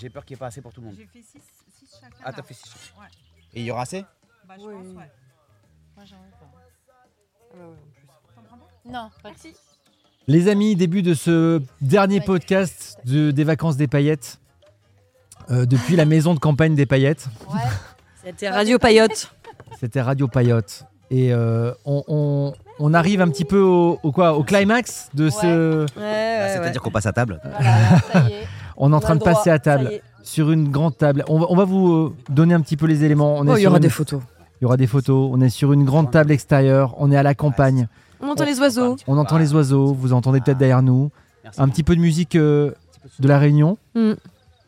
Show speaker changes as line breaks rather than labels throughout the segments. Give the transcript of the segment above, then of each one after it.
J'ai peur qu'il n'y ait pas assez pour tout le monde.
J'ai fait 6 chacun.
Ah,
là.
t'as fait six.
Ouais,
Et il y aura assez
bah je pense, ouais. Moi j'en ai pas. T'en prends pas
Non, pas
Merci.
Les amis, début de ce dernier podcast de- des vacances des paillettes. Euh, depuis la maison de campagne des paillettes.
Ouais.
C'était Radio Payotte.
C'était Radio Payotte. Et euh, on, on- on arrive un petit peu au, au quoi, au climax de ce.
Ouais,
Ah,
ouais,
C'est-à-dire qu'on passe à table
Voilà, ça y est.
On est en train de passer à table. Sur une grande table. On va, on va vous euh, donner un petit peu les éléments. On est
Oh, il y
sur
aura
une-
des photos.
Il y aura des photos. On est sur une grande table extérieure. On est à la campagne.
On entend les oiseaux.
On entend les oiseaux. Vous entendez peut-être derrière nous.
Merci.
Un petit peu de musique euh, de la Réunion.
Mm.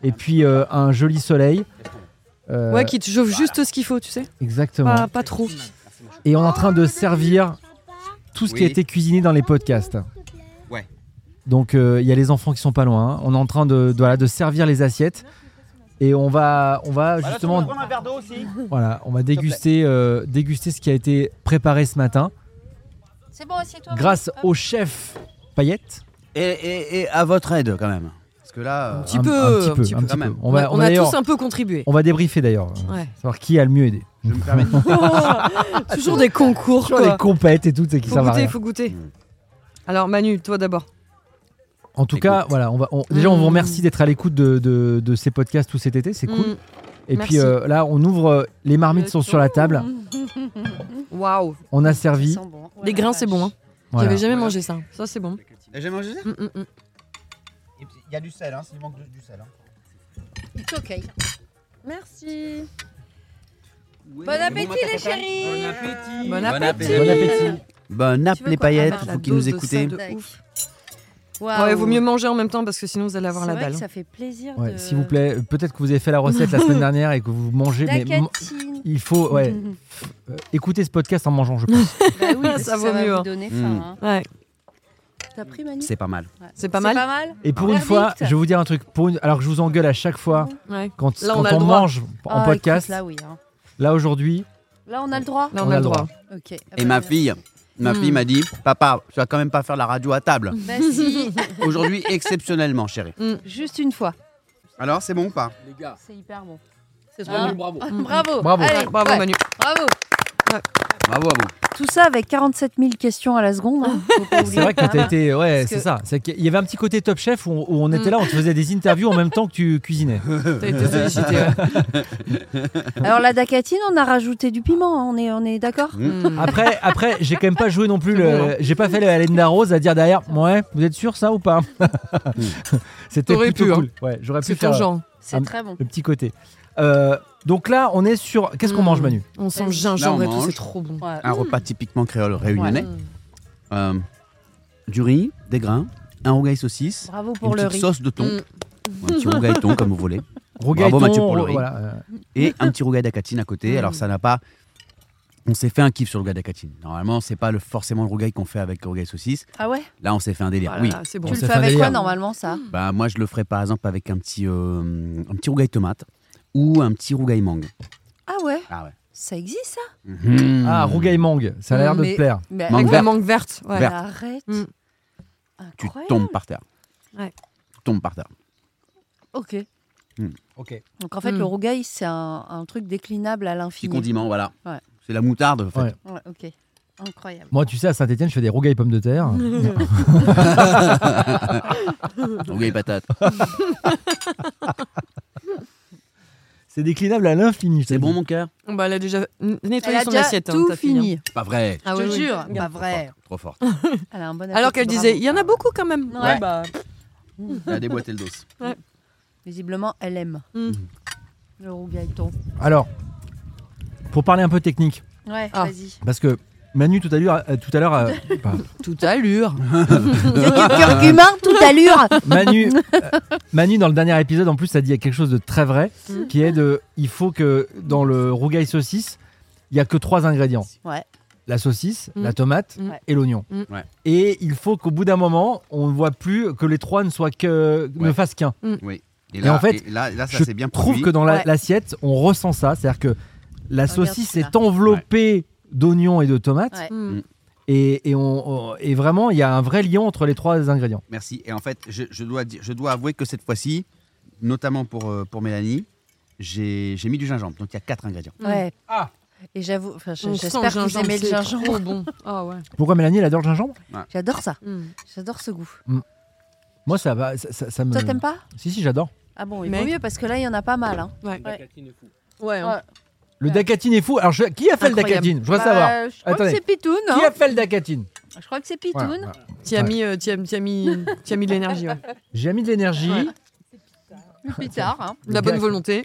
Et puis euh, un joli soleil. Euh,
Ouais, Ah. qui te chauffe juste ce qu'il faut, tu sais.
Exactement.
Pas, pas trop.
Et on est en train de servir tout ce qui a
Oui.
été cuisiné dans les podcasts.
Ouais.
Donc euh, il y a les enfants qui sont pas loin. hein. On est en train de, de, voilà, de servir les assiettes. Et on va, on va
Ah,
justement
Bah, un verre d'eau aussi.
voilà, on va déguster, euh, déguster ce qui a été préparé ce matin
C'est bon, assieds-toi.
grâce
Hop.
au chef Payette.
Et, et, et à votre aide quand même. Parce que là. euh,
petit
un,
peu,
un petit
un
peu,
petit
un
peu.
petit
Quand même.
peu. On va, on va
a
d'ailleurs-
tous un peu contribué.
on va débriefer d'ailleurs. euh,
Ouais.
Savoir qui a le mieux aidé.
je me permets de
Toujours des concours,
Toujours les
quoi.
compètes et tout, c'est qui
Faut
ça va
goûter,
rien.
faut goûter.
Mm.
Alors Manu, toi d'abord.
En tout
Écoute.
cas, voilà, on va, on- déjà on vous remercie d'être à l'écoute de, de- de ces podcasts tout cet été, c'est cool.
Mm.
Et
Merci.
puis euh, là, on ouvre, euh, les marmites
Le
sont sur la table,
Waouh,
on a
Ça
servi.
sent bon. Ouais,
les
Oh la
grains c'est
vache.
bon. Hein.
voilà.
J'avais jamais
Voilà.
mangé ça. Ça c'est bon.
Et J'ai mangé ça
Mm, mm, mm.
Il y a du sel, hein, s'il manque du sel. Hein.
It's ok.
Merci.
Bon appétit, les chéris.
Bon
Bon
appétit.
appétit. Bon appétit. Bon app
Tu veux
les
quoi
paillettes,
Ah bah,
vous qui
la
nous
dose de
écoutez.
ça de
Tac.
ouf.
Waouh.
Ouais, vaut mieux manger en même temps parce que sinon vous allez avoir
C'est
la
vrai
dalle. hein.
que Ça fait plaisir.
Ouais,
de-
S'il vous plaît, euh, peut-être que vous avez fait la recette la semaine dernière et que vous mangez,
La
mais m-
catine.
il faut ouais,
Mm.
euh, écouter ce podcast en mangeant, je pense.
Bah oui, parce que
Ça vaut
va
mieux,
vous
hein.
donner
Mm.
faim. hein.
Ouais,
T'as pris Manu
C'est pas mal.
Ouais.
c'est pas mal.
pas mal.
Et pour une
Verdict.
fois, je vais vous dire un truc. Pour une- alors que je vous engueule à chaque fois
Ouais.
quand,
Mm. Là, on
quand
a le
on,
droit.
mange en
Ah,
podcast.
écoute, Là, oui. hein.
là aujourd'hui,
Là, on a le droit.
Là on, a le droit.
Ok.
Et ma fille, ma
Mm.
fille m'a dit Papa, tu vas quand même pas faire la radio à table.
Bah si,
Aujourd'hui, exceptionnellement, chérie.
juste une fois.
Alors, c'est bon ou pas
Les gars,
C'est hyper bon.
c'est
trop nul,
bravo.
Bravo.
Bravo.
Allez,
Bravo
ouais,
Manu.
Bravo.
Bravo à vous.
Tout ça avec 47 000 questions à la seconde. hein. Faut pas
c'est
oublier.
vrai que t'as été. Ouais,
Ah. Parce
c'est
que- Mm.
ça. C'est qu'il y avait un petit côté top chef où, où on était là, on te faisait des interviews en même temps que tu cuisinais.
T'as été sollicité. ouais.
Alors la dacatine, on a rajouté du piment, hein, on est, on est d'accord
Mm.
Après, après, j'ai quand même pas joué non plus.
C'est
Le,
bon, hein.
j'ai pas fait la laine d'arrose à dire derrière. Ouais, vous êtes sûr ça ou pas C'était
Hmm. T'aurais
plutôt
pu, hein.
cool. Ouais, j'aurais pu
C'est ton
faire
genre.
C'est
Ah,
très bon.
le petit côté. Euh, donc là, on est sur. Qu'est-ce qu'on
Mm.
mange, Manu
On sent
Là,
le gingembre
on
et tout,
mange.
c'est trop bon.
Ouais.
Un repas typiquement créole réunionnais. Euh, du riz, des grains, un rougail saucisse,
Bravo
une
pour le
petite
riz. Mmh.
sauce de thon,
Mm.
ou un petit rougail thon comme vous voulez,
Rougail-thon,
Mathieu, pour le
rou-
riz.
voilà, euh,
et un petit rougail d'acatine à côté.
Mmh.
Mm.
Alors ça n'a pas, on s'est fait un kiff sur le rougail d'acatine. Normalement, c'est pas le, forcément le rougail qu'on fait avec le rougail saucisse.
Ah ouais
Là, on s'est fait un
Oh
délire.
Voilà,
oui.
Ah, c'est bon.
On
Tu
s'est
le fais
fait
avec quoi
délire.
normalement ça
Bah moi, je le ferais par exemple avec un petit, euh, un petit rougail tomate ou un petit rougail mangue.
Ah ouais
Ah ouais.
Ça existe ça Mmh.
Mhm.
Ah, rougail mangue. Ça a l'air de
Mais-
te plaire.
Mais
Mangue
Avec
verte.
la mangue verte. Bah, ouais.
Verte.
Bah, arrête.
Mm.
Tu
Incroyable.
tombes par terre.
Ouais.
Tu tombes par terre.
Ok.
Ok.
Donc en fait
Mm.
le rougail c'est un, un truc déclinable à
Petit
l'infini.
condiment, voilà.
Mmh. Ouais.
C'est la moutarde. En fait.
Ouais.
Ouais, ok. Incroyable.
Moi, tu sais, à Saint-Etienne, je fais des rougail pommes de terre.
Rougail patate.
c'est déclinable à l'infini. je te
C'est bon
dis.
mon cœur
Bon, bah, elle a déjà n-
Elle
nettoyé
a
son
déjà
assiette. hein,
tout
ta fille, hein.
fini.
Pas vrai.
Ah
je
oui,
te
oui.
jure, pas vrai.
Trop forte.
Elle a un bon appétit,
Alors qu'elle
bravo.
disait, il y en a beaucoup quand même.
Ouais.
bah.
Elle a déboîté le dos.
Visiblement elle aime
Mm.
le rougail thon.
Alors, pour parler un peu technique,
Ouais,
Ah.
vas-y.
parce que Manu, tout à l'heure, euh, tout à l'heure, euh, pas-
Toute allure.
Curcuma, toute allure.
Manu, euh, Manu, dans le dernier épisode, en plus, a dit quelque chose de très vrai,
Mm.
qui est de, il faut que dans le rougail saucisse, il y a que trois ingrédients.
Ouais.
La saucisse,
Mm.
la tomate
Mm.
et l'oignon.
Mm.
Ouais.
Et il faut qu'au bout d'un moment, on ne voit plus que les trois ne soient que ne
Ouais.
fassent qu'un.
Et
en fait,
là, là, ça
je
c'est bien
trouve
produit.
que dans la-
Ouais.
l'assiette, on ressent ça. C'est-à-dire que la saucisse
celui-là.
est enveloppée d'oignons et de tomates.
Ouais.
Mm.
Et, et on, on- et vraiment, il y a un vrai lien entre les trois ingrédients.
Merci. Et en fait, je, je dois, dire- je dois avouer que cette fois-ci, notamment pour, euh, pour Mélanie, j'ai j'ai mis du gingembre. Donc il y a quatre ingrédients.
Mm.
Ouais.
Ah.
Et j'avoue, enfin, je-
On sent le
j'espère que vous
gingembre,
aimez le
c'est
gingembre.
trop bon. Ah ouais.
Pourquoi Mélanie, elle adore le gingembre
J'adore ça.
Mm.
J'adore ce goût.
Moi, ça, va, ça, ça- ça me.
Toi, t'aimes pas
Si, si, j'adore.
Ah bon, il
Mais-
vaut mieux parce que là, il y en a pas mal. Hein.
Ouais. hein.
Le
Ouais.
dacatine est fou. Alors, je- qui a fait
Incroyable.
le dacatine Je voudrais
Bah,
savoir.
Je crois
Attendez.
que c'est Pitoun. hein.
Qui a fait le dacatine
Je crois que c'est
Voilà,
Pitoun.
voilà.
T'y as
Ouais.
mis, euh, t'y as- t'y as mis, t'y as mis de l'énergie. ouais.
J'ai mis de l'énergie.
Ouais.
Le Pitard. hein.
De La bonne volonté.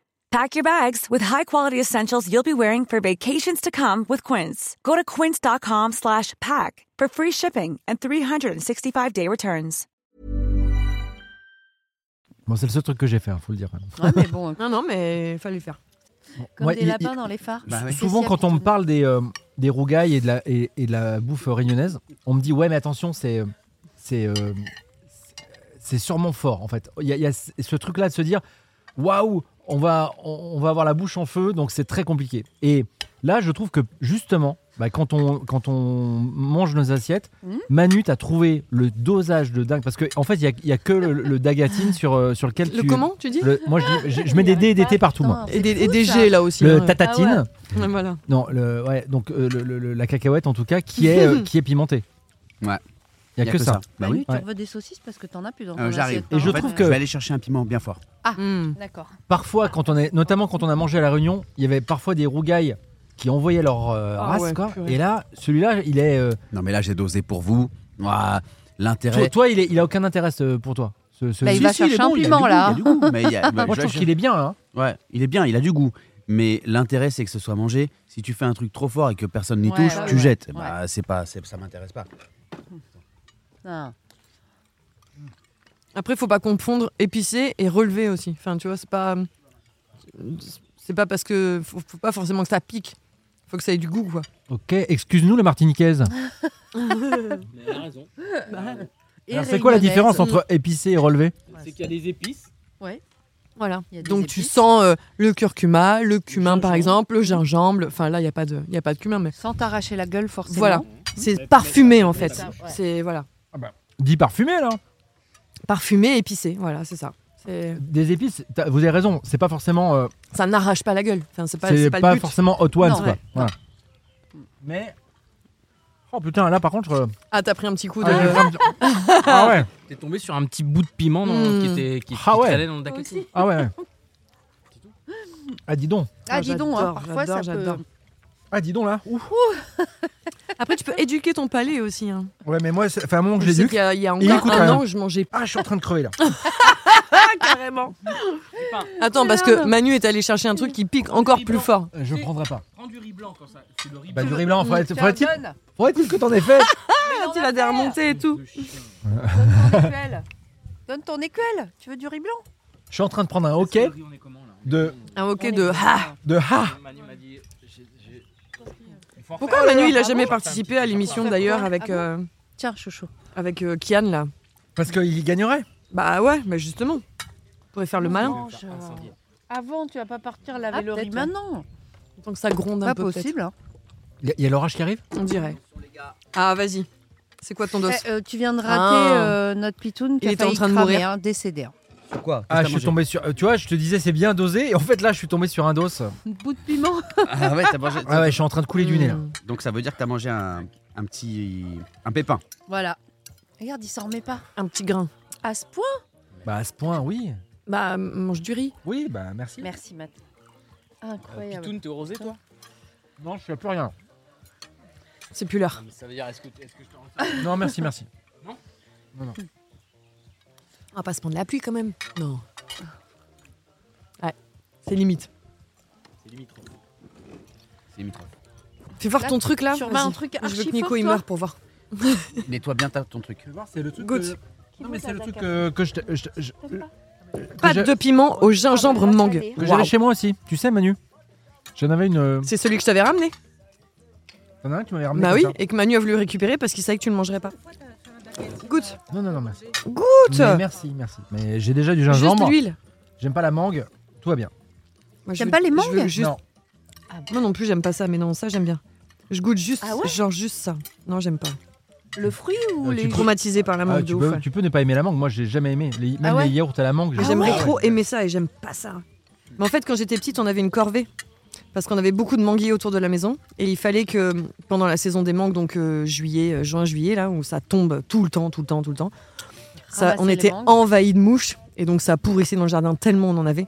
Pack your bags with high-quality essentials you'll be wearing for vacations to come with Quince. Go to quince.com slash pack for free shipping and 365-day returns.
Bon, c'est le seul truc que j'ai fait, hein, faut le dire.
Ouais, mais bon,
Non, non, mais fallait le faire.
comme
Moi,
des
il-
lapins
il-
dans les phares.
Bah ouais.
Qu'est-ce
Souvent,
qu'il y a,
quand on me
Pitoun
parle des, euh, des rougailles et de, la, et, et de la bouffe réunionnaise, on me dit Ouais, mais attention, c'est. euh, C'est. euh, c'est- c'est sûrement fort, en fait. Il y a, il y a ce ce truc-là de se dire Waouh, on va, on, on va avoir la bouche en feu, donc c'est très compliqué. Et là, je trouve que justement, bah, quand, on, quand on mange nos assiettes,
Mhm.
Manu, t'as trouvé le dosage de dingue. Parce qu'en en fait, il y a- il y a, que le, le dagatine sur, euh, sur lequel
Le
tu.
comment, tu dis
le- Moi, je, dis- je- je mets des dés et des T partout, moi.
Putain,
Et des,
c'est
et
fou,
des
ça.
G là aussi.
Le
hein.
tatatine.
Ah ouais.
Ouais, Voilà.
Non, le, ouais, donc euh, le- le- le- la cacahuète en tout cas, qui est, euh, qui est pimentée.
Ouais.
Il n'y a, que, ça.
Bah
Manu,
oui.
tu
Ouais.
veux des saucisses parce que t'en as plus dans
Euh,
ton
J'arrive.
assiette,
Et je
hein.
En fait,
trouve que-
Je vais aller chercher un piment bien fort.
Mm.
D'accord.
Parfois, quand on est, notamment quand on a mangé à La Réunion, il y avait parfois des rougailles qui envoyaient leur euh,
Ah
race.
ouais,
quoi.
purée.
Et là, celui-là, il est. euh,
Non, mais là, j'ai dosé pour vous. Ouah,
toi,
L'intérêt.
toi, il, est, il a aucun intérêt ce- pour toi. ce- ce-
Bah, il
Si,
va
si,
chercher
est
un
bon, il a
piment,
du goût,
là.
il a du goût.
Ouh, mais il y a- bah,
Moi, je
vais
trouve qu'il est bien là. hein.
Ouais, il est bien, il a du goût. Mais l'intérêt, c'est que ce soit mangé. Si tu fais un truc trop fort et que personne n'y
Ouais,
touche,
ouais,
tu
ouais.
jettes.
Ouais.
Bah, c'est pas, c'est- ça m'intéresse pas.
Ah.
Après, faut pas confondre épicé et relevé aussi. Enfin, tu vois, c'est pas. C'est pas parce que. Faut, faut pas forcément que ça pique. Faut que ça ait du goût, quoi.
Ok, excuse-nous les Martiniquaises.
Ah, Et
Alors, C'est quoi la
réunionnaise.
différence entre épicé et relevé
C'est qu'il y a des épices.
Voilà.
Il y a des
Donc tu
épices.
sens euh, le curcuma, le cumin par
gingembre.
exemple, le gingembre. Enfin là, il n'y a, pas de- y a pas de cumin, mais
Sans t'arracher la gueule, forcément.
voilà.
Mais-
C'est parfumé en fait.
Mhm. ça, ouais.
C'est voilà.
Dit parfumé là.
Parfumé, épicé. Voilà, c'est ça. C'est-
Des épices, t'as- vous avez raison, c'est pas forcément. euh,
Ça n'arrache pas la gueule. Enfin, c'est pas,
c'est
c'est
pas,
pas le but.
forcément Hot Ones,
Non,
quoi.
ouais.
Voilà. Mais. Oh putain, là par contre. euh,
Ah, t'as pris un petit coup de.
Ah, j'ai vraiment- Ah ouais,
T'es tombé sur un petit bout de piment dans-
Mm.
qui était qui,
Ah
qui
ouais.
traînait dans le dacatine.
ah ouais. ouais. Ah dis donc,
Ah, dis donc, hein,
j'adore,
parfois ça
j'adore,
peut...
j'adore.
ah dis donc là. Ouf.
Après, tu peux éduquer ton palais aussi. hein.
Ouais, mais moi, ça fait un moment que je
Je sais
l'éduque.
qu'il y a, il y a
Il
encore
écoute
un
rien.
an, je mangeais
Ah, je suis en train de crever là.
pas carrément. Attends, parce que Manu est allé chercher un truc qui pique encore plus fort.
Euh, Je prendrai pas.
Prends du riz blanc quand ça. C'est le riz
Bah,
blanc.
du riz blanc, faudrait-
Mmh.
Tiens,
faudrait-il
donne,
Ah,
faudrait-il que t'en aies fait
tu l'as déremonté et tout.
De chien.
euh, donne ton écuelle. Donne ton écuelle. Tu veux du riz blanc
Je suis en train de prendre un
Parce que
hockey
le riz, on est comment, là
de,
Un ok de. Ah
de ha.
Manu m'a dit. j'ai- j'ai-
Pourquoi Manu il a jamais participé à l'émission d'ailleurs avec
Ah bon
euh,
Tiens, chouchou.
avec euh, Kian là
Parce qu'il y gagnerait.
Bah ouais, mais justement. On pourrait faire le malin.
Mange, euh, Avant, tu vas pas partir la
Ah,
vélorie
peut-être, ouais.
maintenant.
Donc ça gronde un
Pas
peu.
possible, hein.
Il y a- il y a, l'orage qui arrive
On dirait. Ah, vas-y. C'est quoi ton dos
Eh, euh, tu viens de rater
Ah.
euh, notre pitoune qui
Il
a
était en
failli
train de
cramer,
mourir.
hein, décédé. hein.
Quoi
Ah, je suis tombé sur. euh, Tu vois, je te disais, c'est bien dosé. Et en fait, là, je suis tombé sur un dos.
Bout de piment.
Ah ouais, t'as mangé.
Ah ouais, je suis en train de couler du nez, là.
Mm.
Donc ça veut dire que t'as mangé un, un petit. un pépin.
Voilà. Regarde, il s'en remet pas.
Un petit grain.
À ce point
Bah, à ce point, oui.
Bah, mange du riz.
Oui, bah, merci.
Merci, Matt. Incroyable.
Pitoun, t'es rosé, toi
Non, je fais plus rien.
C'est plus l'heure.
Ça veut dire, est-ce que, est-ce que je te rends
Non, merci, merci.
Non
Non, non.
On va pas se prendre la pluie quand même. Non. Ouais, c'est limite.
C'est limite. trop.
C'est limitrophe.
Fais voir
Là,
ton truc là.
tu remets
Vas-y.
un truc
Je veux
archi
que Nico
fort,
il
toi.
meure pour voir.
Nettoie bien ta- ton truc.
C'est le truc.
Goûte.
que- Non, mais
vaut
c'est le
la
truc
café
euh, que je. t'ai- je t'ai- je-
Pâte
je-
de piment au gingembre mangue.
Que
Waouh.
j'avais chez moi aussi. Tu sais, Manu J'en avais une. euh,
C'est celui que je t'avais ramené.
T'en as un que tu m'avais ramené
Bah
comme
oui,
ça.
et que Manu a voulu récupérer parce qu'il savait que tu ne mangerais pas. Goûte.
Non, non, non, merci.
Goûte
Mais merci, merci. Mais j'ai déjà du
Juste
gingembre.
l'huile.
J'aime pas la mangue. Tout va bien.
Moi, je
T'aimes
veux-
pas les
je
mangues
veux juste-
Non.
Moi non plus, j'aime pas ça, mais non, ça j'aime bien. Je goûte juste,
Ah ouais
genre juste ça. Non, j'aime pas.
Le fruit ou
Euh, tu
les.
Je suis
peux-
traumatisée par la mangue
Ah,
de
tu,
ouf.
peux,
ouais. Ah
tu peux ne pas aimer la mangue. Moi, j'ai jamais aimé. Les- même
ouais
les yaourts à la mangue.
Ah
j'ai
J'aimerais
jamais aimé.
trop aimer ça et j'aime pas ça. Mais en fait, quand j'étais petite, on avait une corvée. Parce qu'on avait beaucoup de manguiers autour de la maison. Et il fallait que pendant la saison des mangues, donc euh, juillet, euh, juin, juillet, là, où ça tombe tout le temps, tout le temps, tout le temps, ça,
Ramasser
on
les
était
mangues.
envahis de mouches. Et donc ça pourrissait dans le jardin tellement on en avait.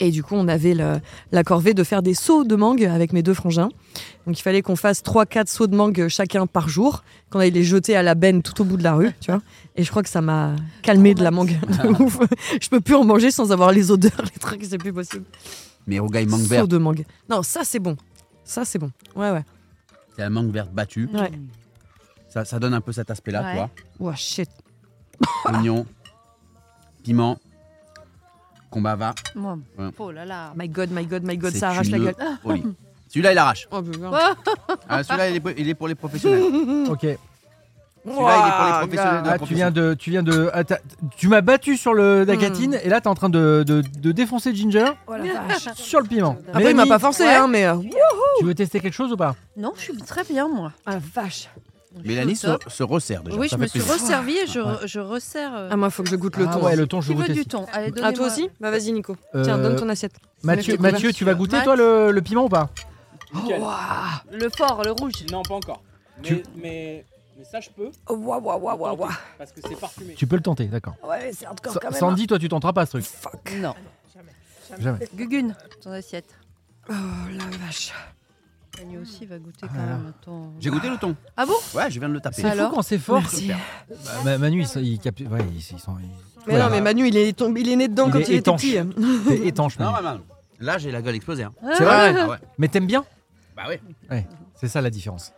Et du coup, on avait le- la corvée de faire des sauts de mangue avec mes deux frangins. Donc il fallait qu'on fasse 3-4 sauts de mangue chacun par jour, qu'on allait les jeter à la benne tout au bout de la rue, tu vois. Et je crois que ça m'a calmé de la mangue.
Ah.
De ouf. Je peux plus en manger sans avoir les odeurs, les trucs, c'est plus possible.
Mais Rogaille mangue
Saut
verte.
de mangue. Non, ça c'est bon. Ça c'est bon. Ouais, ouais.
C'est la mangue verte battue.
Ouais.
Ça, ça donne un peu cet aspect-là,
Ouais.
tu
Ouah, shit.
vois. Oignon, piment, combat va.
Moi.
Ouais.
Oh là là.
My god, my god, my god,
C'est
ça arrache la
une
gueule.
folie. Celui-là, il arrache.
Oh, putain.
Ah, Celui-là, il, est- il est pour les professionnels. Celui-là,
Ok.
il est pour les
Ouah,
professionnels de la
Ah, tu viens de, tu viens de, ah, t'as- tu m'as battu sur le
Hmm.
la catine et là t'es en train de, de, de défoncer Ginger
Oh la vache.
sur le piment.
Après, il m'a
Mélanie,
pas forcé,
Ouais.
hein, mais. euh,
Tu veux tester quelque chose ou pas
Non, je suis très bien, moi.
Ah la vache.
Mélanie se,
Top.
se resserre déjà.
Oui,
ça
je me
fait
suis
plaisir.
resservie et je, je resserre. euh,
Ah, moi, faut que je goûte le
Ah
thon.
ouais, le thon, je
Qui
vais
veut
goûter.
du thon Allez,
Ah,
donnez-moi.
toi aussi Bah, vas-y, Nico.
Euh,
Tiens, donne ton assiette.
Mathieu,
Merci,
Mathieu, tu vas goûter toi le, le piment ou pas
Nickel.
Le fort, le rouge.
Non, pas encore. Mais,
Tu-
mais, mais ça, je peux.
Waouh, waouh, waouh, waouh, waouh.
Parce que c'est parfumé.
Tu peux le tenter, d'accord.
Ouais, c'est hardcore
Sa-
quand même. hein.
Sandy, toi tu tenteras pas ce truc.
Non.
Jamais.
Gugune, ton assiette.
Oh la vache.
Manu Ah, aussi va
Ah
goûter quand même. Ton...
J'ai goûté le thon.
Ah bon
Ouais, je viens de le taper.
C'est fou
Alors
quand c'est fort.
Merci.
Bah, Ma- Manu, il, s- il capte. Ouais, il, il sent. il-
Mais non, mais Manu, il est, tombé, il est né dedans
Il
quand
est
il était
étanche.
petit.
T'es étanche,
Non,
Manu.
vraiment. Là, j'ai la gueule explosée. hein.
C'est vrai
Ah ouais.
Mais t'aimes bien
Bah ouais.
Ouais, c'est ça la différence.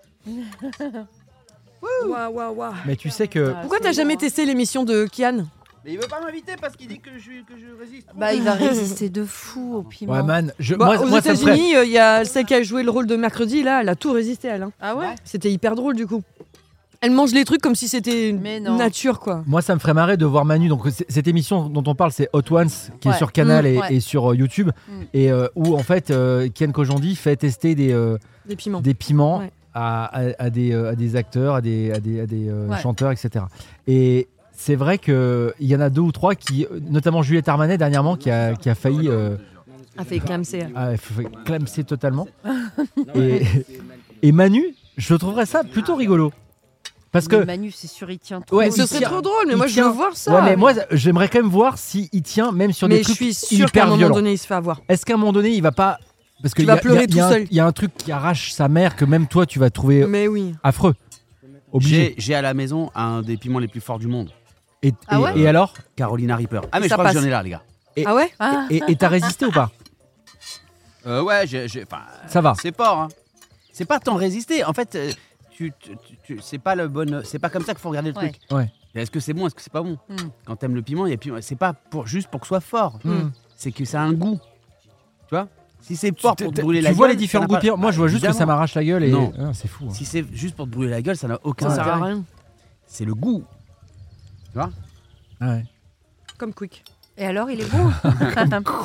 Waouh, waouh, waouh.
Mais tu sais que.
Pourquoi t'as jamais testé l'émission de Kian
Mais il veut pas m'inviter parce qu'il dit que je, que je résiste.
Bah, il va résister de fou au piment.
Ouais, man, je,
Bah,
moi,
Aux
moi, ça me ferait.
États-Unis, euh, il y a celle qui a joué le rôle de mercredi, là, elle a tout résisté, elle. hein.
Ah ouais
C'était hyper drôle, du coup. Elle mange les trucs comme si c'était
Mais non.
nature, quoi.
Moi, ça me ferait marrer de voir Manu. Donc, c'est- cette émission dont on parle, c'est Hot Ones, qui
Ouais.
est sur Canal
Mm,
et,
ouais.
et sur euh, YouTube,
Mm.
et euh, où en fait, euh, Ken Kojandi fait tester des, euh,
Des piments.
des piments
Ouais.
à, à- à des, euh, à des acteurs, à des, à des, à des, euh,
Ouais.
chanteurs, etc. Et c'est vrai qu'il y en a deux ou trois qui, euh, notamment Juliette Armanet dernièrement, qui a, qui a failli euh,
Ah, fait clamser.
ah, elle fait clamser totalement.
Non,
Et, et Manu, je trouverais ça plutôt rigolo. Parce que.
Mais Manu, c'est sûr, il tient trop.
Ouais,
Mais ce
il
serait
tient-
trop drôle, mais
il
moi, je
tient-
veux voir ça.
Ouais, mais moi, j'aimerais quand même voir s'il tient, même sur
Mais
des
je
trucs
suis sûre
hyper
qu'à un moment
violents.
donné, il se fait avoir.
Est-ce qu'à un moment donné, il va pas. Parce que
Tu
il y a-
vas pleurer
il y a- il
tout
y a un-
seul.
Il y a un truc qui arrache sa mère que même toi, tu vas trouver
Mais oui.
affreux. Obligé.
J'ai j'ai à la maison un des piments les plus forts du monde.
Et,
Ah
et-
ouais
et alors
Carolina Reaper. Ah, mais
Ça
je crois que
passe.
j'en ai là, les gars.
Et-
Ah ouais
Ah,
Et et t'as résisté ou pas
Euh, ouais, j'ai. j'ai- enfin,
Ça va.
C'est fort, hein. C'est pas tant résister. En fait, euh, tu, tu- tu- tu- c'est pas le bon. C'est pas comme ça qu'il faut regarder le
Ouais.
truc.
Ouais.
Est-ce que c'est bon Est-ce que c'est pas bon
Hmm.
Quand t'aimes le piment, il y a piment. C'est pas pour, juste pour que ce soit fort.
Hmm.
C'est que ça a un goût. Tu vois Si c'est fort pour te
Tu
brûler la gueule.
vois les
ça
différents
n'a
goûts
pas-
de piment. Moi,
Bah,
je vois juste que ça
évidemment.
m'arrache la gueule et.
Non.
Ah, c'est fou. hein.
Si c'est juste pour te brûler la gueule, ça n'a aucun
Ça sert à
intérêt.
rien.
C'est le goût.
Ouais.
Comme quick.
Et alors, il est bon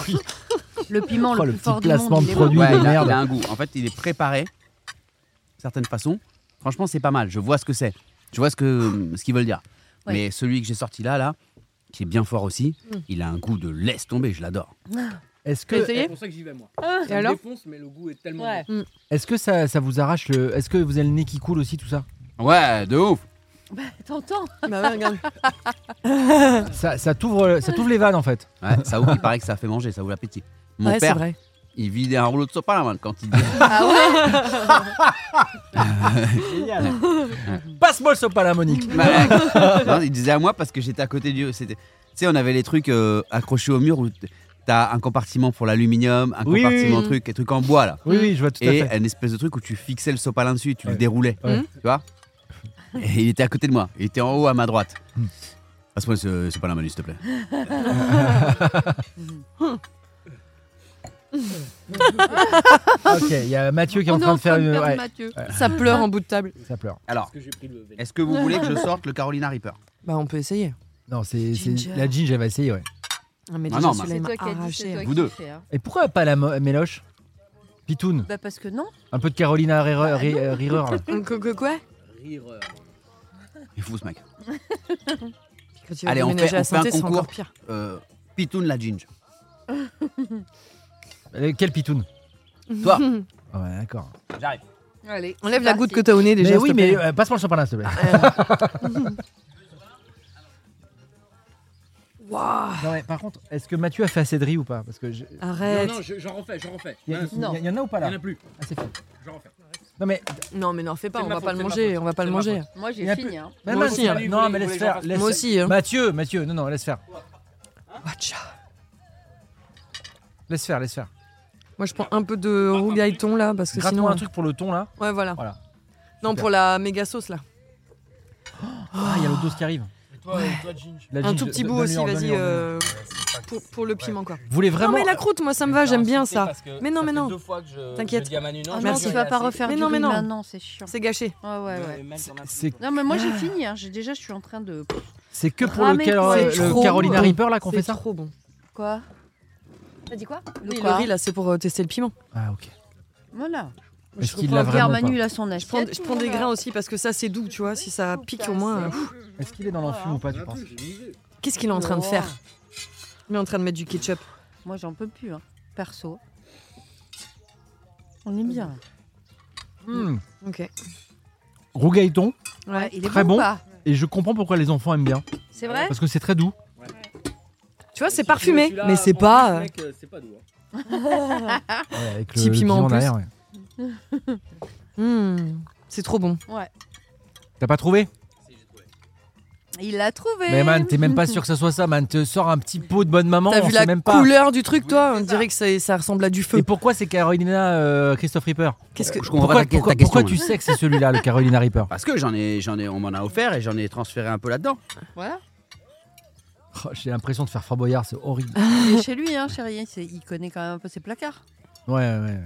Le piment
Oh,
le
le
plus
petit
fort du
placement
monde.
de
il est
produit
bon.
de
Ouais, il, a,
merde.
il a un goût. En fait, il est préparé, certaines façons. Franchement, c'est pas mal. Je vois ce que c'est. Je vois ce que ce qu'ils veulent dire.
Ouais.
Mais celui que j'ai sorti là, là, qui est bien fort aussi,
Mm.
il a un goût de laisse tomber. Je l'adore.
Est-ce que,
C'est pour ça que j'y vais, moi.
Ah,
ça
et
me
alors
défonce, mais le goût est tellement
Ouais.
bon.
est-ce que ça, ça vous arrache le. Est-ce que vous avez le nez qui coule aussi, tout ça
Ouais, de ouf.
T'entends
Bah ouais, regarde.
Ça, ça t'ouvre ça t'ouvre les vannes en fait.
Ouais, ça ouvre, il paraît que ça fait manger, ça ouvre l'appétit. Mon
Ouais, c'est
père,
vrai.
il vidait un rouleau de sopa là, man, quand il dit.
Génial. Passe-moi le sopa là,
Mm.
Monique.
Non, il disait à moi parce que j'étais à côté du. c'était- Tu sais, on avait les trucs euh, accrochés au mur où t- t'as un compartiment pour l'aluminium, un
Oui, oui,
compartiment
oui.
truc, un truc en bois là.
Oui, oui, je vois tout à
Et
fait.
un espèce de truc où tu fixais le sopalin dessus, et tu le déroulais.
Ouais.
Tu vois Et il était à côté de moi, il était en haut à ma droite.
Mmh.
Passe-moi ce sopalin, Manu, s'il te plaît.
ok, il y a Mathieu qui est en train de faire une. ouais. Ouais.
Ça pleure
Ah,
en bout de table.
Ça pleure.
Alors, est-ce que vous voulez que je sorte le Carolina Reaper
Bah, on peut essayer.
Non, c'est c'est-
Ginger.
la jean, j'avais essayé, ouais.
Ah, mais
Ah
déjà,
non,
celui-là,
mais-
il m'a
C'est toi qui hein. as dit,
arraché.
c'est toi
Vous deux.
Et pourquoi pas la mo- méloche Pitoune,
Bah parce que non.
un peu de Carolina Rearer- Re- euh, Rearer. là.
Quoi, quoi, quoi
Rire.
Il est fou ce mec.
Quand tu vas
Allez, on
déménager
fait,
à
on fait un
Santé, ce sera
concours.
encore pire.
Euh, Pitoune la Ginge.
Euh, Quelle Pitoune
Toi
Ah Ouais, d'accord.
J'arrive.
Allez,
Enlève la goutte que t'as au nez déjà.
Mais
s'il
oui,
te
mais
plaît.
euh, passe-moi le sopalin, s'il te plaît.
Waouh
Non, mais par contre, est-ce que Mathieu a fait assez de riz ou pas Parce que je-
Arrête.
Non, non, je- j'en refais, j'en refais.
Il y, a- il y a-
Euh, Non.
il y en a ou pas
Il y
là
en a plus.
Ah, c'est fini.
J'en refais.
Non, mais
Non, mais non, fais pas,
C'est
on
ma
va
faute,
pas
c'est
le
ma
manger,
faute,
on va pas
c'est
le
ma
manger.
Moi
Il y
j'ai
a
fini.
plus-
Hein.
Mais
Moi
non,
aussi,
non,
hein.
mais-
Vous
Non,
voulez-
mais
vous
laisse
voulez que j'en
faire.
fasse
laisse-
Moi aussi, hein.
Mathieu, Mathieu, non, non, laisse faire.
Watcha.
Laisse faire, laisse faire.
Moi, je prends un peu de rougaille thon là, parce que sinon.
Gratte-moi un truc pour le ton là.
Ouais, voilà.
Voilà.
Non,
Super.
pour la méga sauce là.
Ah, il y a l'autre dose qui arrive.
Et toi, toi, Ginge
La
Oh. Un
gin,
tout petit
de-
bout
donne-lui
aussi,
en,
vas-y,
donne-lui en, donne-lui en.
euh, pour, pour le piment quoi.
Vous voulez vraiment
non, mais la croûte, moi ça me va, j'aime bien ça. Mais non, mais non, T'inquiète.
Ah non,
Merci.
tu vas pas refaire
Mais
du
non, mais
riz
non.
maintenant, c'est chiant.
c'est gâché.
Ouais, ouais, ouais.
C'est-
Non, mais moi j'ai fini. Hein. J'ai- Déjà, je suis en train de.
C'est que pour
Ah,
le,
mais
Cal-
c'est
le
trop
Carolina
bon.
Reaper là qu'on fait
C'est
ça
trop bon.
Quoi T'as dit quoi
Oui, le
quoi
riz là, c'est pour euh, tester le piment.
Ah ok.
Voilà.
Est-ce
Je
qu'il l'a
reprends
vraiment
Regarde,
ou
Manu,
pas
il a son
Je prends,
assiette.
je prends des grains aussi parce que ça c'est doux, tu vois. Si ça pique au moins. euh, pff.
Est-ce qu'il est dans
Ah.
l'enfume ou pas tu penses
Ah,
Qu'est-ce qu'il est en train de faire Il est en train de mettre du ketchup.
Moi, j'en peux plus, hein. perso. On aime bien.
Hmm.
Ok.
Rougailleton
Ouais, il est
Très
bon. ou
bon.
pas
et je comprends pourquoi les enfants aiment bien
C'est vrai
parce que c'est très doux.
Tu vois, c'est parfumé, mais c'est pas. euh,
C'est pas doux. hein.
Ouais, avec
Petit piment en plus.
derrière, ouais.
hmm, c'est trop bon.
Ouais.
T'as pas trouvé
Il l'a trouvé.
Eh
Mais man, t'es même pas sûr que ça soit ça, man. Te sors un petit pot de bonne maman,
T'as
on
vu
sait
la
même pas.
couleur du truc, toi On dirait que ça, ça ressemble à du feu.
Et pourquoi c'est Carolina euh, Christophe Reaper
Qu'est-ce que
Je comprends
Pourquoi,
pas ta, ta
pourquoi-
question.
pourquoi
hein.
tu sais que c'est celui-là, le Carolina Reaper
Parce que j'en ai, j'en ai, on m'en a offert et j'en ai transféré un peu là-dedans.
Voilà.
Oh, J'ai l'impression de faire Fort Boyard, c'est horrible.
Ah.
Il est chez lui, hein, chérie. C'est- Il connaît quand même un peu ses placards.
Ouais, ouais, ouais.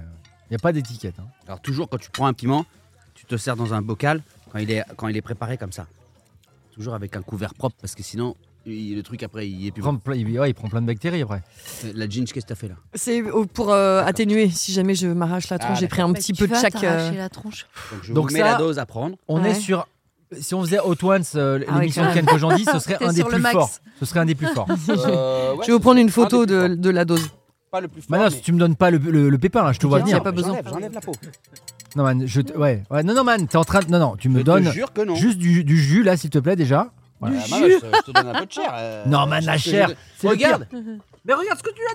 Y a pas d'étiquette. hein.
Alors toujours quand tu prends un piment, tu te sers dans un bocal quand il est, quand il est préparé comme ça. Toujours avec un couvert propre parce que sinon il- le truc après il est
Il,
plus.
prend, plein- il- ouais, il prend plein de bactéries après.
Euh, La ginge, qu'est-ce que t'as fait là
C'est euh, pour euh, atténuer. Si jamais je m'arrache la tronche,
Ah,
j'ai pris un petit peu de chaque. euh,
la tronche.
Donc je
Donc
vous mets
ça-
la dose à prendre.
On
Ouais.
est sur. Si on faisait Hot Ones, euh,
Ah ouais,
l'émission de
grave.
Ken Kojandi, ce serait
T'es
un des
sur le
plus
max.
forts. Ce serait un des plus forts.
Je vais vous prendre une photo de,
hein.
de la dose.
Pas le plus fort.
Bah non, si tu me donnes pas le, le- le pépin, là, je te vois
T'inquiète,
venir.
y a pas besoin. J'enlève-
J'enlève la peau.
Non, man, je te- ouais. ouais. Non, non, man, t'es en train de. Non, non, tu me donnes
jure que non.
juste du, du jus, là, s'il te plaît, déjà. Voilà.
Ah, bah, je, te- je te donne un peu de chair. euh,
Non, man,
je
la
te-
chair.
je te-
c'est le
Regarde.
pire. Mais regarde ce que tu as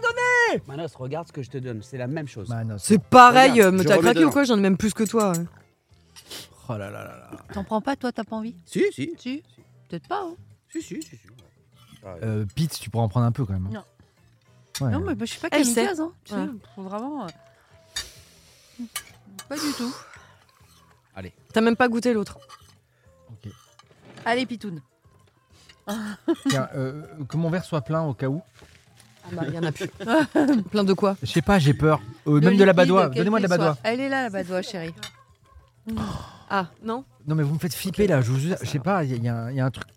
donné.
Manos, regarde ce que je te donne. C'est la même chose.
Man, non,
C'est pareil,
Regarde,
euh, mais
je
t'as
remets
craqué
dedans.
ou quoi J'en ai même plus que toi. hein.
Oh là là là là.
T'en prends pas, toi, t'as pas envie
Si, si,
Tu Peut-être pas. hein.
si, si, si. si. Ah, ouais.
Euh, Pete, tu pourras en prendre un peu quand même. hein.
Non.
Ouais.
Non, mais bah, je suis pas
Elle sait.
kamikaze. Hein, tu
Ouais.
sais, faut vraiment. euh, Pas du tout.
T'as même pas goûté l'autre.
Allez, Pitoun.
Tiens, euh, que mon verre soit plein au cas où.
Ah bah, y en a plus. Plein de quoi
Je sais pas, j'ai peur. Euh,
Le
même de la
liquide,
badoie.
quel
Donnez-moi de la
qu'il
badoie.
soit. Elle est là, la badoie, chérie.
Ah, non
Non, mais vous me faites flipper là. Je vous- je sais pas, il y, a- il y a un- il y a un truc.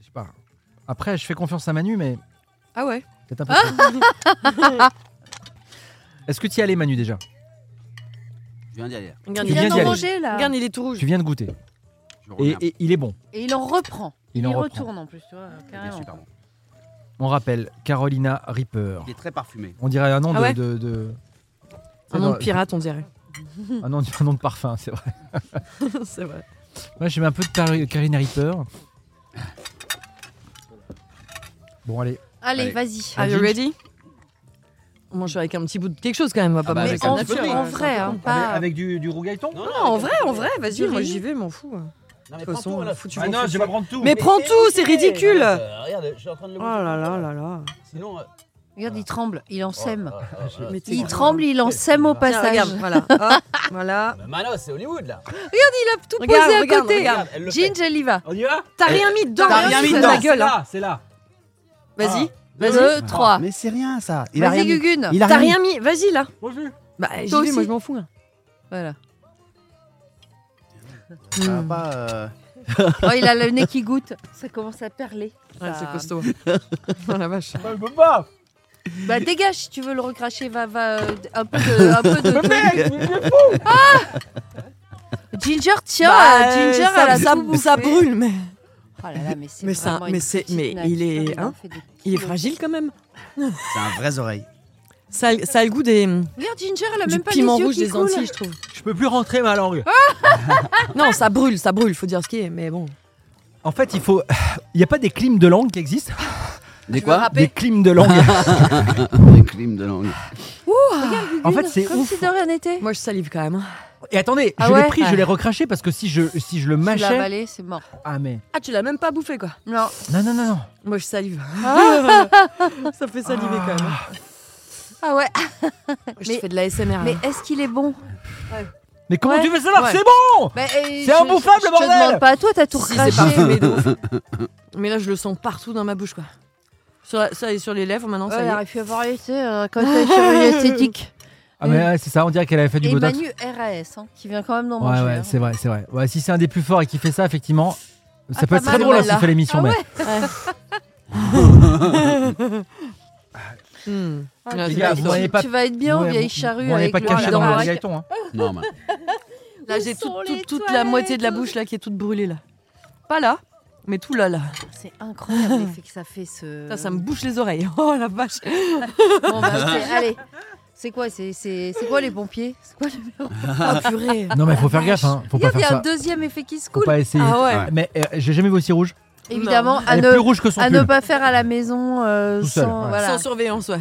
Je sais pas. Après, je fais confiance à Manu, mais
Ah ouais
Peut-être un peu trop. Est-ce que tu y allais, Manu, déjà
Je viens d'y aller.
Regarde,
Tu
il vient
viens d'y
d'en
aller.
manger là.
Regarde, il est tout rouge.
Tu viens de goûter. Et, et il est bon.
Et il en reprend.
Il en reprend.
retourne en plus, tu vois, carrément.
On rappelle, Carolina Reaper.
Il est très parfumé.
On dirait un nom
Ah
de-
ouais
de, de-
Un nom de pirate, on dirait.
Un nom, un nom de parfum, c'est vrai.
c'est vrai.
Moi, j'ai mis un peu de Car- Carolina Reaper. Bon, allez.
Allez,
Allez.
vas-y. Ah,
Are you ready
On mange avec un petit bout de quelque chose quand même, on va pas
Ah bah,
manger
mais
comme
en
nature.
vrai,
en vrai, hein,
Avec-
pas-
Avec du, du rougailleton
Non, en vrai, en vrai, vas-y,
Du
moi
riz.
j'y vais, m'en fous.
Non,
De toute façon,
prends tout, là.
foutu
Ah
m'en
non,
fous.
je vais prendre tout.
Mais prends tout, c'est ridicule
Euh, regarde, je suis en train de le
Oh
bouffer.
là là là là.
Sinon, euh,
Regarde, il tremble, il
Oh.
en
Ah,
sème.
Mais t'es-
Il tremble, il en sème au
Tiens,
passage.
regarde, voilà. Hop, voilà.
bah, Manos, c'est Hollywood là.
Regarde, il a tout
Regarde,
posé à
regarde,
côté.
regarde,
elle le
Ginge, elle y va.
On y va
T'as rien mis dedans,
T'as rien mis
c'est
dedans.
la gueule.
C'est
hein.
là, c'est là.
Ah. Vas-y,
Deux,
vas-y.
trois.
Ah.
Mais c'est rien ça.
Vas-y, Gugune.
T'as rien mis, vas-y là.
Bonjour.
Bah, j'y
Toi
vais, moi
aussi.
je m'en fous. hein.
Voilà.
Ça va pas. euh,
Oh, il a le nez qui goûte. Ça commence à perler. Ça-
Ouais, Ah, c'est costaud. oh la vache.
Euh, Je peux pas.
Bah dégage si tu veux le recracher, va, va euh, un peu de, un peu de- Ah Ginger, tiens,
Bah,
euh, Ginger,
ça,
elle a
ça-
tout bouffé.
ça brûle, mais
Oh là là, mais c'est
Mais ça-
vraiment une
mais c'est-
petite
mais
nature,
il est-
en
hein,
fait des petits
il est
lots.
fragile quand même.
C'est un vrai oreille.
Ça, a- ça a le goût des,
Regarde Ginger, elle a
du
même pas
piment
les yeux
rouge
qui
des
coulent.
Antilles, je trouve.
Je peux plus rentrer ma langue.
Non, ça brûle, ça brûle, faut dire ce qui est, mais bon.
En fait, il faut. Il n'y a pas des clims de langue qui existent
Des
veux
quoi
rappeler Tapé.
Des clims de langue.
Des clims de langue.
en fait, c'est
Comme
ouf.
si de rien n'était.
Moi, je salive quand même. hein.
Et attendez,
Ah
je
ouais
l'ai pris, je
Ouais.
l'ai recraché parce que si je, si je le
Tu l'as
mâchais.
avalé, c'est mort.
Ah, mais.
Ah, tu l'as même pas bouffé, quoi.
Non,
Non, non, non, non.
Moi, je salive. ça fait saliver quand même.
ah ouais.
Je
Mais-
te fais de la SMR.
Mais est-ce qu'il est bon
Mais comment
Ouais.
tu veux savoir que
Ouais.
C'est bon
Bah, euh,
eh,
C'est
je-
imbouffable,
je- Je
bordel
te demande pas à toi, t'as tout
Si,
recraché.
c'est parfumé de ouf. Mais là, je le sens partout dans ma bouche, quoi. Sur, la- ça, et sur les lèvres maintenant,
Ouais,
ça
Oh, elle
y est.
aurait pu avoir été euh, quand elle chirurgie esthétique.
Ah, mais ouais, c'est ça, on dirait qu'elle avait fait du
Et
botox.
Manu RAS, hein, qui vient quand même d'en
Ouais,
manger.
ouais,
hein.
c'est vrai, c'est vrai. Ouais, si c'est un des plus forts et qui fait ça, effectivement, ça
Ah,
peut
pas
être très
mal,
drôle hein,
ouais,
s'il
là.
fait l'émission,
Ah
mais.
Hmm. Là,
les
j'ai-
gars,
j'ai-
vous voyez pas-
tu vas être bien
vous,
aux
ouais,
vieilles
vous-
charrues
vous n'avez
avec
pas
le
caché dans
bras.
le gailleton, hein.
Non, mais.
là,
Où
j'ai
sont
tout- tout-
les
toute la moitié de la
toilettes
bouche là qui est toute brûlée là. Pas là, mais tout là là.
C'est incroyable l'effet que ça fait ce.
Ça, ça me bouche les oreilles. Oh la vache.
Bon, bah, c'est- allez. C'est quoi, c'est, c'est, c'est quoi les pompiers C'est quoi les-
Ah purée.
Non, mais faut faire gaffe, hein. Faut pas
Regarde, il y
faire
a un
ça.
deuxième effet qui se
Faut
coule.
pas essayer.
Ah ouais.
Mais euh, j'ai jamais vu aussi rouge.
Évidemment, à
Elle est
ne,
plus rouge que son
à ne
pull.
pas faire à la maison euh,
Tout seul,
sans.
ouais.
Voilà.
Sans surveillance, ouais.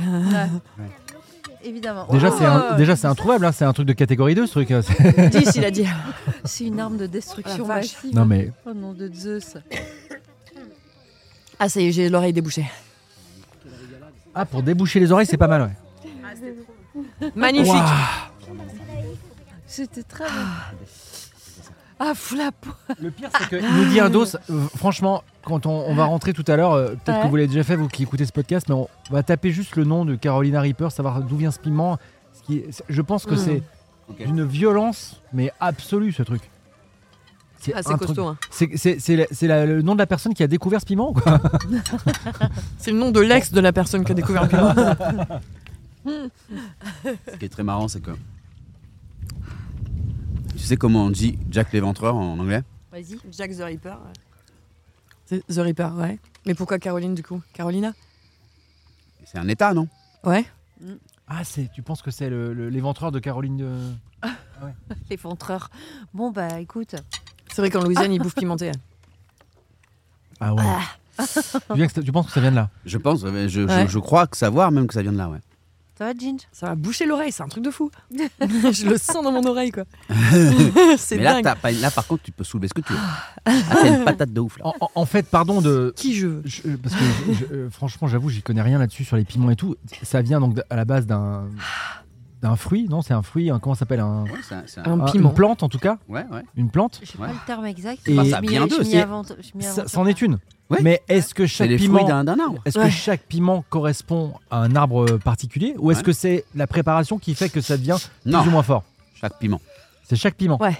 Évidemment.
Déjà,
Oh,
c'est un-
euh,
déjà, c'est introuvable, hein. c'est un truc de catégorie 2, ce truc. hein.
Dis, il a dit.
C'est une arme de destruction
Oh la vache.
massive.
Non, mais-
Oh nom de Zeus.
Ah ça y est, j'ai l'oreille débouchée.
Ah, pour déboucher les oreilles, c'est pas mal, ouais.
Magnifique.
Ouah.
C'était très bon.
Ah fou la peau.
Le pire, c'est qu'il nous dit un dos. euh, franchement, quand on, on va rentrer tout à l'heure, euh, peut-être que
Ouais.
vous l'avez déjà fait, vous qui écoutez ce podcast, mais on va taper juste le nom de Carolina Reaper, savoir d'où vient ce piment. Ce qui est- je pense que
Hmm.
Mm.
c'est
Ok.
d'une violence, mais absolue, ce truc. C'est
Ah
un
c'est
truc-
costaud. hein.
C'est- C'est c'est la- c'est la- le nom de la personne qui a découvert ce piment, quoi.
C'est le nom de l'ex de la personne qui a découvert le piment.
Ce qui est très marrant, c'est que. Tu sais comment on dit Jack l'éventreur en anglais
Vas-y.
Jack the Ripper. The Ripper, ouais. Mais pourquoi Caroline du coup Carolina
C'est un état, non
Ouais.
Ah, c'est- tu penses que c'est le- le- l'éventreur de Caroline de...
L'effondreur. Bon, bah écoute.
C'est vrai qu'en Louisiane, ils bouffent pimenté.
Ah ouais. Tu viens que ça- tu penses que ça vient de là
Je pense, euh, je, je-
Ouais.
je crois que savoir même que ça vient de là, ouais.
Ça va, Ginge
Ça va boucher l'oreille, c'est un truc de fou. je le sens dans mon oreille, quoi. c'est
Mais là,
dingue.
t'as pas- là, par contre, tu peux soulever ce que tu veux. Ah, t'as une patate de ouf, là.
Oh.
En, en- en fait, pardon de.
Qui je veux
je- parce que je- je- euh, franchement, j'avoue, j'y connais rien là-dessus sur les piments et tout. Ça vient donc d- à la base d'un d'un fruit, non C'est un fruit, un, comment ça s'appelle un,
Ouais, c'est un- c'est un-
Un
un-
piment.
Ah, Une plante en tout cas,
Ouais, ouais.
une plante.
Je sais
Ouais.
pas le terme exact.
Et- Bah,
ça
je m'y-
vient d'eux,
je m'y
c'est-
invente- je m'y
Ça-
invente
C'en
pas.
est une.
Ouais.
Mais est-ce que
C'est
chaque
les fruits
piment,
d'un d'un arbre.
est-ce que
Ouais.
chaque piment correspond à un arbre particulier, ou est-ce
Ouais.
que c'est la préparation qui fait que ça devient
Non,
plus ou moins fort
chaque piment.
C'est chaque piment.
Ouais.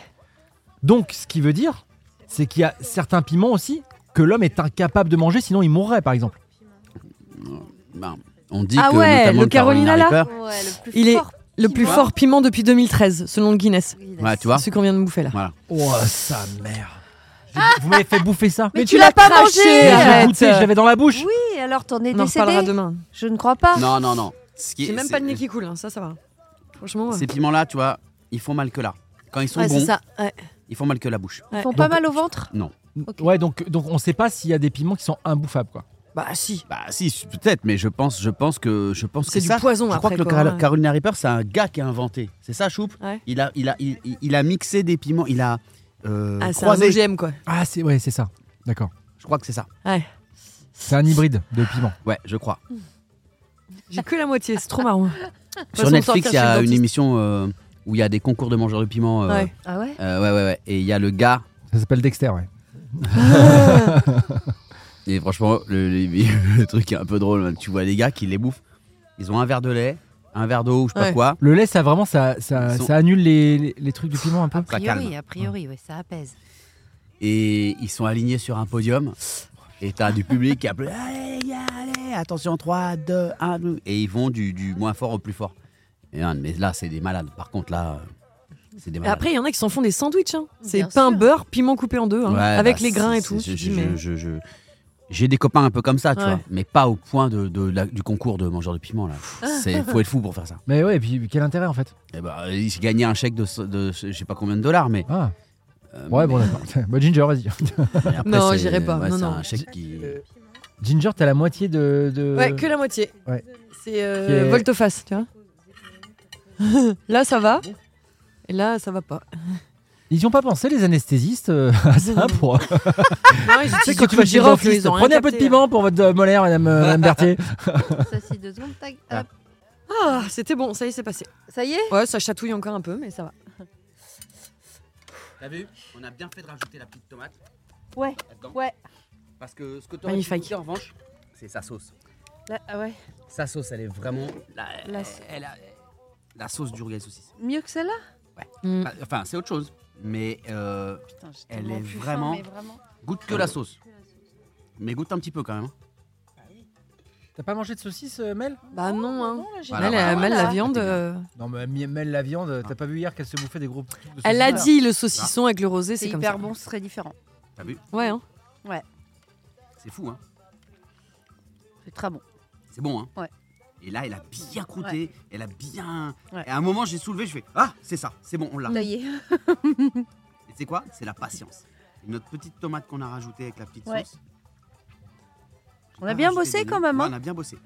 Donc, ce qui veut dire, c'est qu'il y a certains piments aussi que l'homme est incapable de manger, sinon il mourrait, par exemple.
ben, on dit
ah
que
ouais,
notamment
le Carolina là,
Reaper-
il est le plus fort piment depuis 2013 selon le Guinness.
Ouais, tu vois.
Celui qu'on vient de bouffer là.
Voilà.
Oh, sa mère. J'ai- Vous m'avez fait bouffer ça.
Mais Mais tu tu l'as l'as pas craché, mangé,
Mais J'ai
arrête.
goûté, je l'avais dans la bouche.
Oui, alors t'en es
On en
décédé.
reparlera demain.
Je ne crois pas.
Non, non, non. Ce qui est-
J'ai même
c'est-
pas le nez qui coule, hein, ça, ça va. Franchement. euh,
Ces piments-là, tu vois, ils font mal que là. Quand ils sont
Ouais,
bons,
c'est ça. ouais.
ils font mal que la bouche.
Ils
font pas mal au ventre
Non.
Ouais, donc, donc on sait pas s'il y a des piments qui sont imbouffables. Quoi.
Bah si.
Bah si, peut-être, mais je pense, je pense que je pense
C'est
que
du
ça-
poison,
Je crois
après,
que le
quoi,
Car-
ouais.
Carolina Reaper, c'est un gars qui a inventé. C'est ça, Choupe
Ouais.
Il a, il a, il, il- il a mixé des piments. Il a euh,
Ah, c'est un
croisé.
OGM quoi.
Ah, c'est ouais, c'est ça. D'accord.
Je crois que c'est ça.
Ouais.
C'est un hybride de piment.
Ouais, je crois.
J'ai que la moitié, c'est trop marrant.
Sur Netflix, il y a une émission euh, où il y a des concours de mangeurs de piments. euh,
Ouais.
Ah ouais
euh, ouais, ouais, ouais. Et il y a le gars.
Ça s'appelle Dexter, ouais.
Et franchement, le, le- le truc est un peu drôle. hein. Tu vois les gars qui les bouffent. Ils ont un verre de lait, un verre d'eau, ou je sais pas
Ouais.
quoi.
Le lait, ça vraiment, ça, ça,
Ils sont-
ça annule les, les, les trucs du piment un peu.
Ça calme.
a priori, ouais, ça apaise.
Et ils sont alignés sur un podium. Et t'as du public qui appelle Allez, les gars, allez, attention, 3, 2, 1. Et ils vont du, du moins fort au plus fort. Et non, mais là, c'est des malades. Par contre, là, euh, c'est des malades.
Après, il y en a qui s'en font des sandwichs. hein. C'est
Bien
pain, beurre, piment coupé en deux, hein,
Ouais,
avec
bah,
les grains et
c'est-
tout.
c'est-
tu
je-
dis, mais-
je- je- je- J'ai des copains un peu comme ça, tu
Ouais.
vois, mais pas au point de, de la- du concours de mangeurs de piment. là.
Ah.
Il faut être fou pour faire ça.
Mais ouais, et puis quel intérêt en fait
Eh ben, il s'est gagné un chèque de, so- de je sais pas combien de dollars, mais.
Ah.
euh,
Ouais, bon,
mais-
d'accord. Bah, Ginger, vas-y.
mais après,
Non,
c'est-
j'irai pas.
ouais,
Non,
c'est
non.
un chèque qui.
Ginger, t'as la moitié de. de-
Ouais, que la moitié.
Ouais.
C'est euh,
Qui est-
volte-face, tu vois. là, ça va. Et là, ça va pas.
Ils n'y ont pas pensé, les anesthésistes, euh, à ça pour. tu
Non, ils
sais,
utilisent
quand
du
tu vas chez le
Colgirofle,
dentiste,
ils ont rien
prenez un peu de
capté, hein.
piment pour votre euh, molaire, madame, euh, madame Berthier.
Ceci deux secondes, tac. hop.
hein. Ah, c'était bon, ça y est, c'est passé.
Ça y est
Ouais, ça chatouille encore un peu, mais ça va.
T'as vu On a bien fait de rajouter la petite tomate
Ouais.
là-dedans.
Ouais.
Parce que ce que
t'aurais pu Magnifique. goûter,
en revanche, c'est sa sauce.
Là, ah ouais.
Sa sauce, elle est vraiment. La,
La-
elle a- la sauce du rougail saucisse.
Mieux que celle-là
Mm.
Bah, Enfin, c'est autre chose. Mais euh,
Putain, j'ai
Elle
tellement
est
plus faim,
vraiment-
mais vraiment.
goûte que la sauce. Mais goûte un petit peu quand même. hein.
T'as pas mangé de saucisse, euh, Mel
Bah non,
Ah Oh,
hein.
Non, là, j'ai
Voilà,
Mal,
bah,
euh,
voilà.
mal la viande. euh,
Non, mais Mel, la viande, t'as pas vu hier qu'elle se bouffait des gros.
Elle a dit le saucisson avec le rosé,
C'est
c'est comme
hyper
ça.
bon, ce serait différent.
T'as vu
Ouais, hein.
C'est fou, hein
C'est très bon.
C'est bon, hein
Ouais.
Et là, elle a bien croûté, elle a bien.
Ouais.
Et à un moment, j'ai soulevé, je fais Ah, c'est ça, c'est bon, on l'a.
Ça y est.
Et c'est quoi C'est la patience. Et notre petite tomate qu'on a rajoutée avec la petite
Ouais.
sauce. Ah, J'ai
On
pas
a bien
rajouté
bossé
de-
quand même,
Ouais,
hein.
On a bien bossé.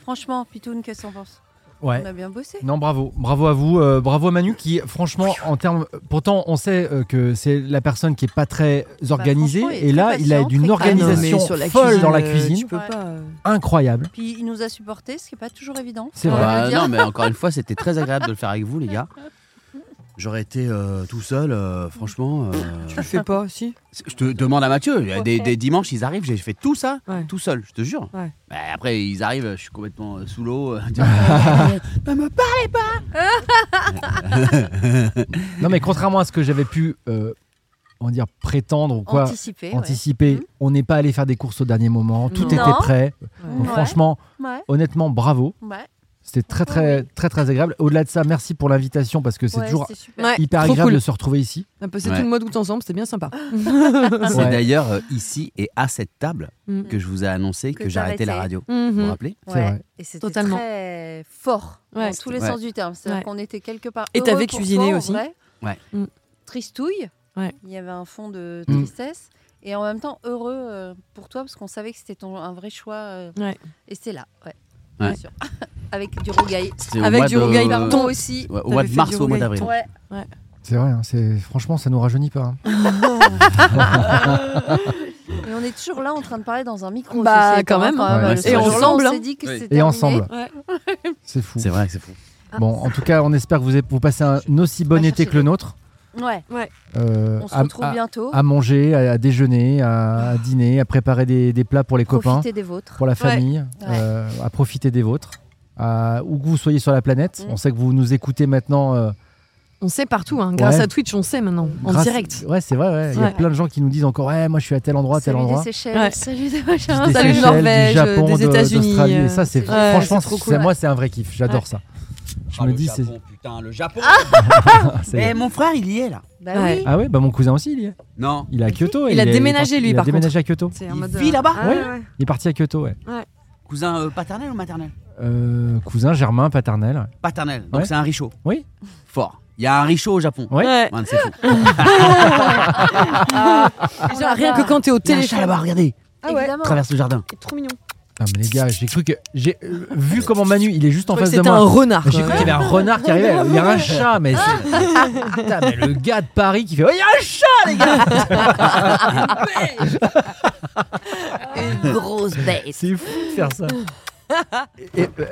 Franchement, Pitoun, qu'est-ce que t'en penses
Ouais.
Ah,
On
bah
a bien bossé.
Non, bravo. Bravo à vous. euh, bravo à Manu qui, franchement, en termes. Pourtant, on sait euh, que c'est la personne qui est pas très organisée.
franchement, il est
et là,
très
il a
patient,
d'une
très calme.
organisation
Ah, Mais sur la
folle dans la
cuisine, euh,
cuisine.
Tu peux
Ouais.
pas. euh,
Incroyable.
Puis il nous a supportés, ce qui n'est pas toujours évident.
C'est
on
vrai.
va le dire.
Bah, non, mais encore une fois, c'était très agréable de le faire avec vous, les gars. J'aurais été euh, tout seul, euh, franchement. euh,
Tu le fais pas aussi.
Je te demande à Mathieu, il y a des, des dimanches, ils arrivent, j'ai fait tout ça,
Ouais.
tout seul, je te jure.
Ouais.
Bah, après, ils arrivent, je suis complètement euh, sous l'eau. euh, Bah, ne me parlez pas
Non, mais contrairement à ce que j'avais pu, euh, on va dire, prétendre ou quoi,
Anticiper. ouais.
anticiper,
Mhm.
on n'est pas allé faire des courses au dernier moment. Tout
Non.
était prêt. Donc,
Ouais.
franchement,
Ouais.
honnêtement, bravo.
Ouais.
C'était très, très, très, très agréable. Au-delà de ça, merci pour l'invitation parce que c'est
Ouais,
toujours
c'était super.
Ouais,
hyper
trop
agréable
cool.
de se retrouver ici.
On a passé
Ouais.
tout le mois d'août ensemble, c'était bien sympa.
C'est
Ouais.
d'ailleurs euh, ici et à cette table
Mm.
que je vous ai annoncé
Que
que, j'arrêtais la
t'arrêtais.
radio. Vous vous
Mhm.
rappelez
C'est
Ouais.
vrai.
Et c'était
Totalement.
très fort
Ouais.
dans tous les
Ouais.
sens du terme. C'est-à-dire
Ouais.
qu'on était quelque part.
Et
heureux
t'avais
pour
cuisiné
toi, en
aussi.
vrai.
Ouais.
Mm.
Tristouille.
Ouais.
Il y avait un fond de
Mm.
tristesse. Et en même temps, heureux euh, pour toi parce qu'on savait que c'était ton, un vrai choix. euh,
Ouais.
Et c'est là. Ouais.
Ouais.
Bien sûr. Avec du rougail.
C'était au
Avec
mois
du
de-
rougail
Et
pardon.
pardon aussi.
Ouais, au
T'avais
mois de
fait
mars
du
au mois
rougail
d'avril.
Ouais.
C'est vrai, hein, c'est- franchement, ça nous rajeunit pas. hein.
Et on est toujours là en train de parler dans un micro. ce
Bah,
soir,
quand même.
hein,
Ouais,
le
ouais,
soir,
Et
jour-là,
ensemble,
On
hein.
s'est dit que
Oui.
c'était
Et
terminé.
ensemble.
Ouais.
C'est fou.
C'est vrai que c'est fou.
Bon, en tout cas, on espère que vous, avez- vous passez un aussi bon
vais
été
chercher
que le nôtre.
Ouais.
euh,
On se
à-
retrouve
à,
bientôt.
à manger, à, à déjeuner, à, à dîner, à préparer des, des plats pour les copains,
Profitez des vôtres.
pour la
Ouais.
famille,
Ouais.
euh, à profiter des vôtres, à- où que vous soyez sur la planète.
Mm.
On sait que vous nous écoutez maintenant euh,
On sait partout, hein. grâce
Ouais.
à Twitch, on sait maintenant, en
Grâce-
direct.
Ouais, c'est vrai, ouais. Il y a
Ouais.
plein de gens qui nous disent encore Ouais, moi je suis à tel endroit, tel endroit.
Ouais.
salut des
Des
machins,
Seychelles,
salut
du
Norvège,
Japon,
des
de-
États-Unis.
d'Australie. Et
euh,
ça, c'est
ouais,
franchement,
trop
c'est-
cool.
moi, c'est un vrai kiff. J'adore ça. Je me dis, c'est.
Putain, le Ah, Japon
Ah.
c'est-
Eh, mon frère, il y est là.
Bah
Ouais.
Ah ouais, bah mon cousin aussi, il y est.
Non.
Il est à Kyoto.
Il
et
a
est-
déménagé,
est parti-
lui,
il
par
a déménagé à Kyoto.
C'est en mode,
vit
euh,
là-bas
ah,
Ouais.
ouais, ouais.
Il est parti à Kyoto, ouais.
Cousin euh, paternel ou maternel
Euh, cousin germain paternel.
Paternel. Donc
Ouais.
c'est un richaud.
Oui.
Fort. Il y a un richaud au Japon.
Ouais.
Ouais.
Man, c'est fou.
Déjà, rien que quand t'es au
Il y a un
téléphone.
chat là-bas, regardez.
Ah ouais.
Traverse le jardin.
C'est trop mignon.
Non Ah, mais les gars, j'ai cru que j'ai euh, vu comment Manu, il est juste en
croyais
face
que
de
c'était
moi.
un renard,
Mais J'ai
quoi.
cru qu'il y avait un renard qui arrivait. Il y a un chat, mais, c'est- Putain, mais le gars de Paris qui fait oh, il y a un chat, les gars.
Une grosse bête.
C'est fou de faire ça. Et, euh,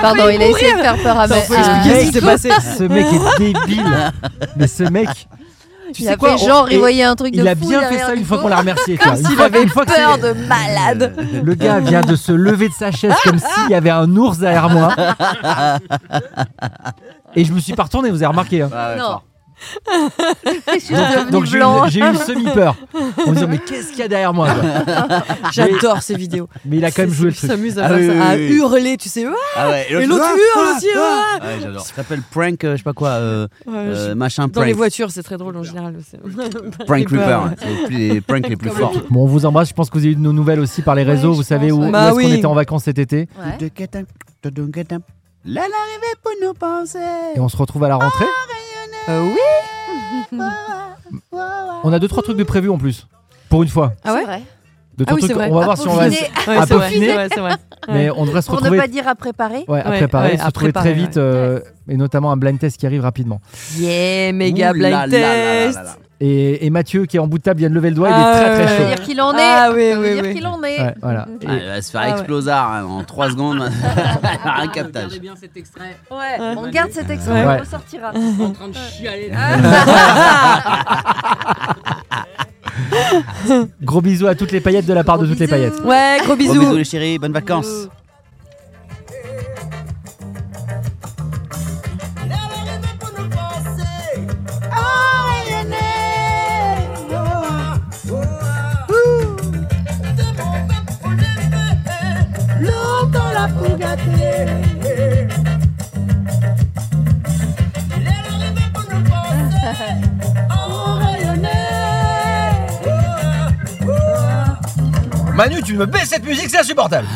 Pardon, il a
mourir.
essayé de faire peur à
Ça,
ma- Ah,
faut
à-
expliquer ce qui s'est passé.
ce mec est débile. Mais ce mec. Tu
Il
sais
a
quoi,
fait
on-
genre, il
et-
voyait un truc de
Il a
fou
bien fait
derrière
ça
du
une fois
pot.
qu'on l'a remercié. tu vois. Une
S'il
fois-
avait
une fois que
peur
c'est-
de malade.
Le gars vient de se lever de sa chaise comme s'il y avait un ours derrière moi. Et je me suis pas retourné, vous avez remarqué. hein.
Ah ouais,
Non.
fort.
Je suis
Donc,
devenue
donc j'ai eu-
blanche.
j'ai eu, semi-peur. En me disant, mais qu'est-ce qu'il y a derrière moi quoi
J'adore ces vidéos.
Mais il a quand même joué le
Il
truc.
s'amuse à,
Ah
faire
oui,
ça,
oui,
à
oui.
hurler, tu sais. Ah
Ah ouais,
Et l'autre
Ah,
hurle
ah,
aussi,
ah.
ah.
Ouais, j'adore. Ça s'appelle prank, euh, je sais pas quoi, euh,
Ouais,
euh,
je-
machin
Dans
prank.
les voitures, c'est très drôle en général. aussi.
Prank Reaper,
Les peurs, ouais.
ouais, c'est les plus- les pranks les plus forts.
Bon, on vous embrasse. Je pense que vous avez eu de nos nouvelles aussi par les réseaux.
Ouais,
vous
je
savez
pense,
où,
ouais.
où
Bah
est-ce qu'on
oui.
était en vacances cet été.
Ouais.
Là, l'arrivée pour nous penser.
Et on se retrouve à la rentrée.
Euh, oui.
On a deux, trois trucs de prévu en plus. Pour une fois.
Ah ouais
C'est vrai.
Deux,
Ah
trois
oui, c'est
trucs.
vrai.
On va
À
voir si on va.
peaufiner.
à
Ouais, c'est vrai.
peaufiner.
Ouais, c'est vrai.
Mais on devrait se
Pour ne
retrouver.
pas dire à préparer.
Ouais, à
Ouais,
préparer,
ouais,
se
à
retrouver
préparer,
très vite, euh, et notamment un blind test qui arrive rapidement.
Yeah,
Ouh là
méga blind
là là là
test.
là là.
Et, et Mathieu, qui est en bout de table, vient de lever le doigt,
Ah
il est très
ouais,
très
Ça
chaud.
veut dire qu'il en est.
Ah oui,
Ça veut
oui,
dire
oui.
qu'il en est.
Ouais, voilà. Et-
Ah, il va se faire
Ah ouais.
exploser hein, en 3 secondes. un captage.
bien cet extrait.
Ouais,
Ouais.
on garde cet extrait,
Ouais.
on ressortira.
En train de chialer.
Gros bisous à toutes les paillettes de la part de
Gros
toutes les
bisous.
paillettes.
Ouais, gros
Gros
bisous.
bisous les chéris, bonnes vacances.
Manu, tu me baisses cette musique, c'est insupportable.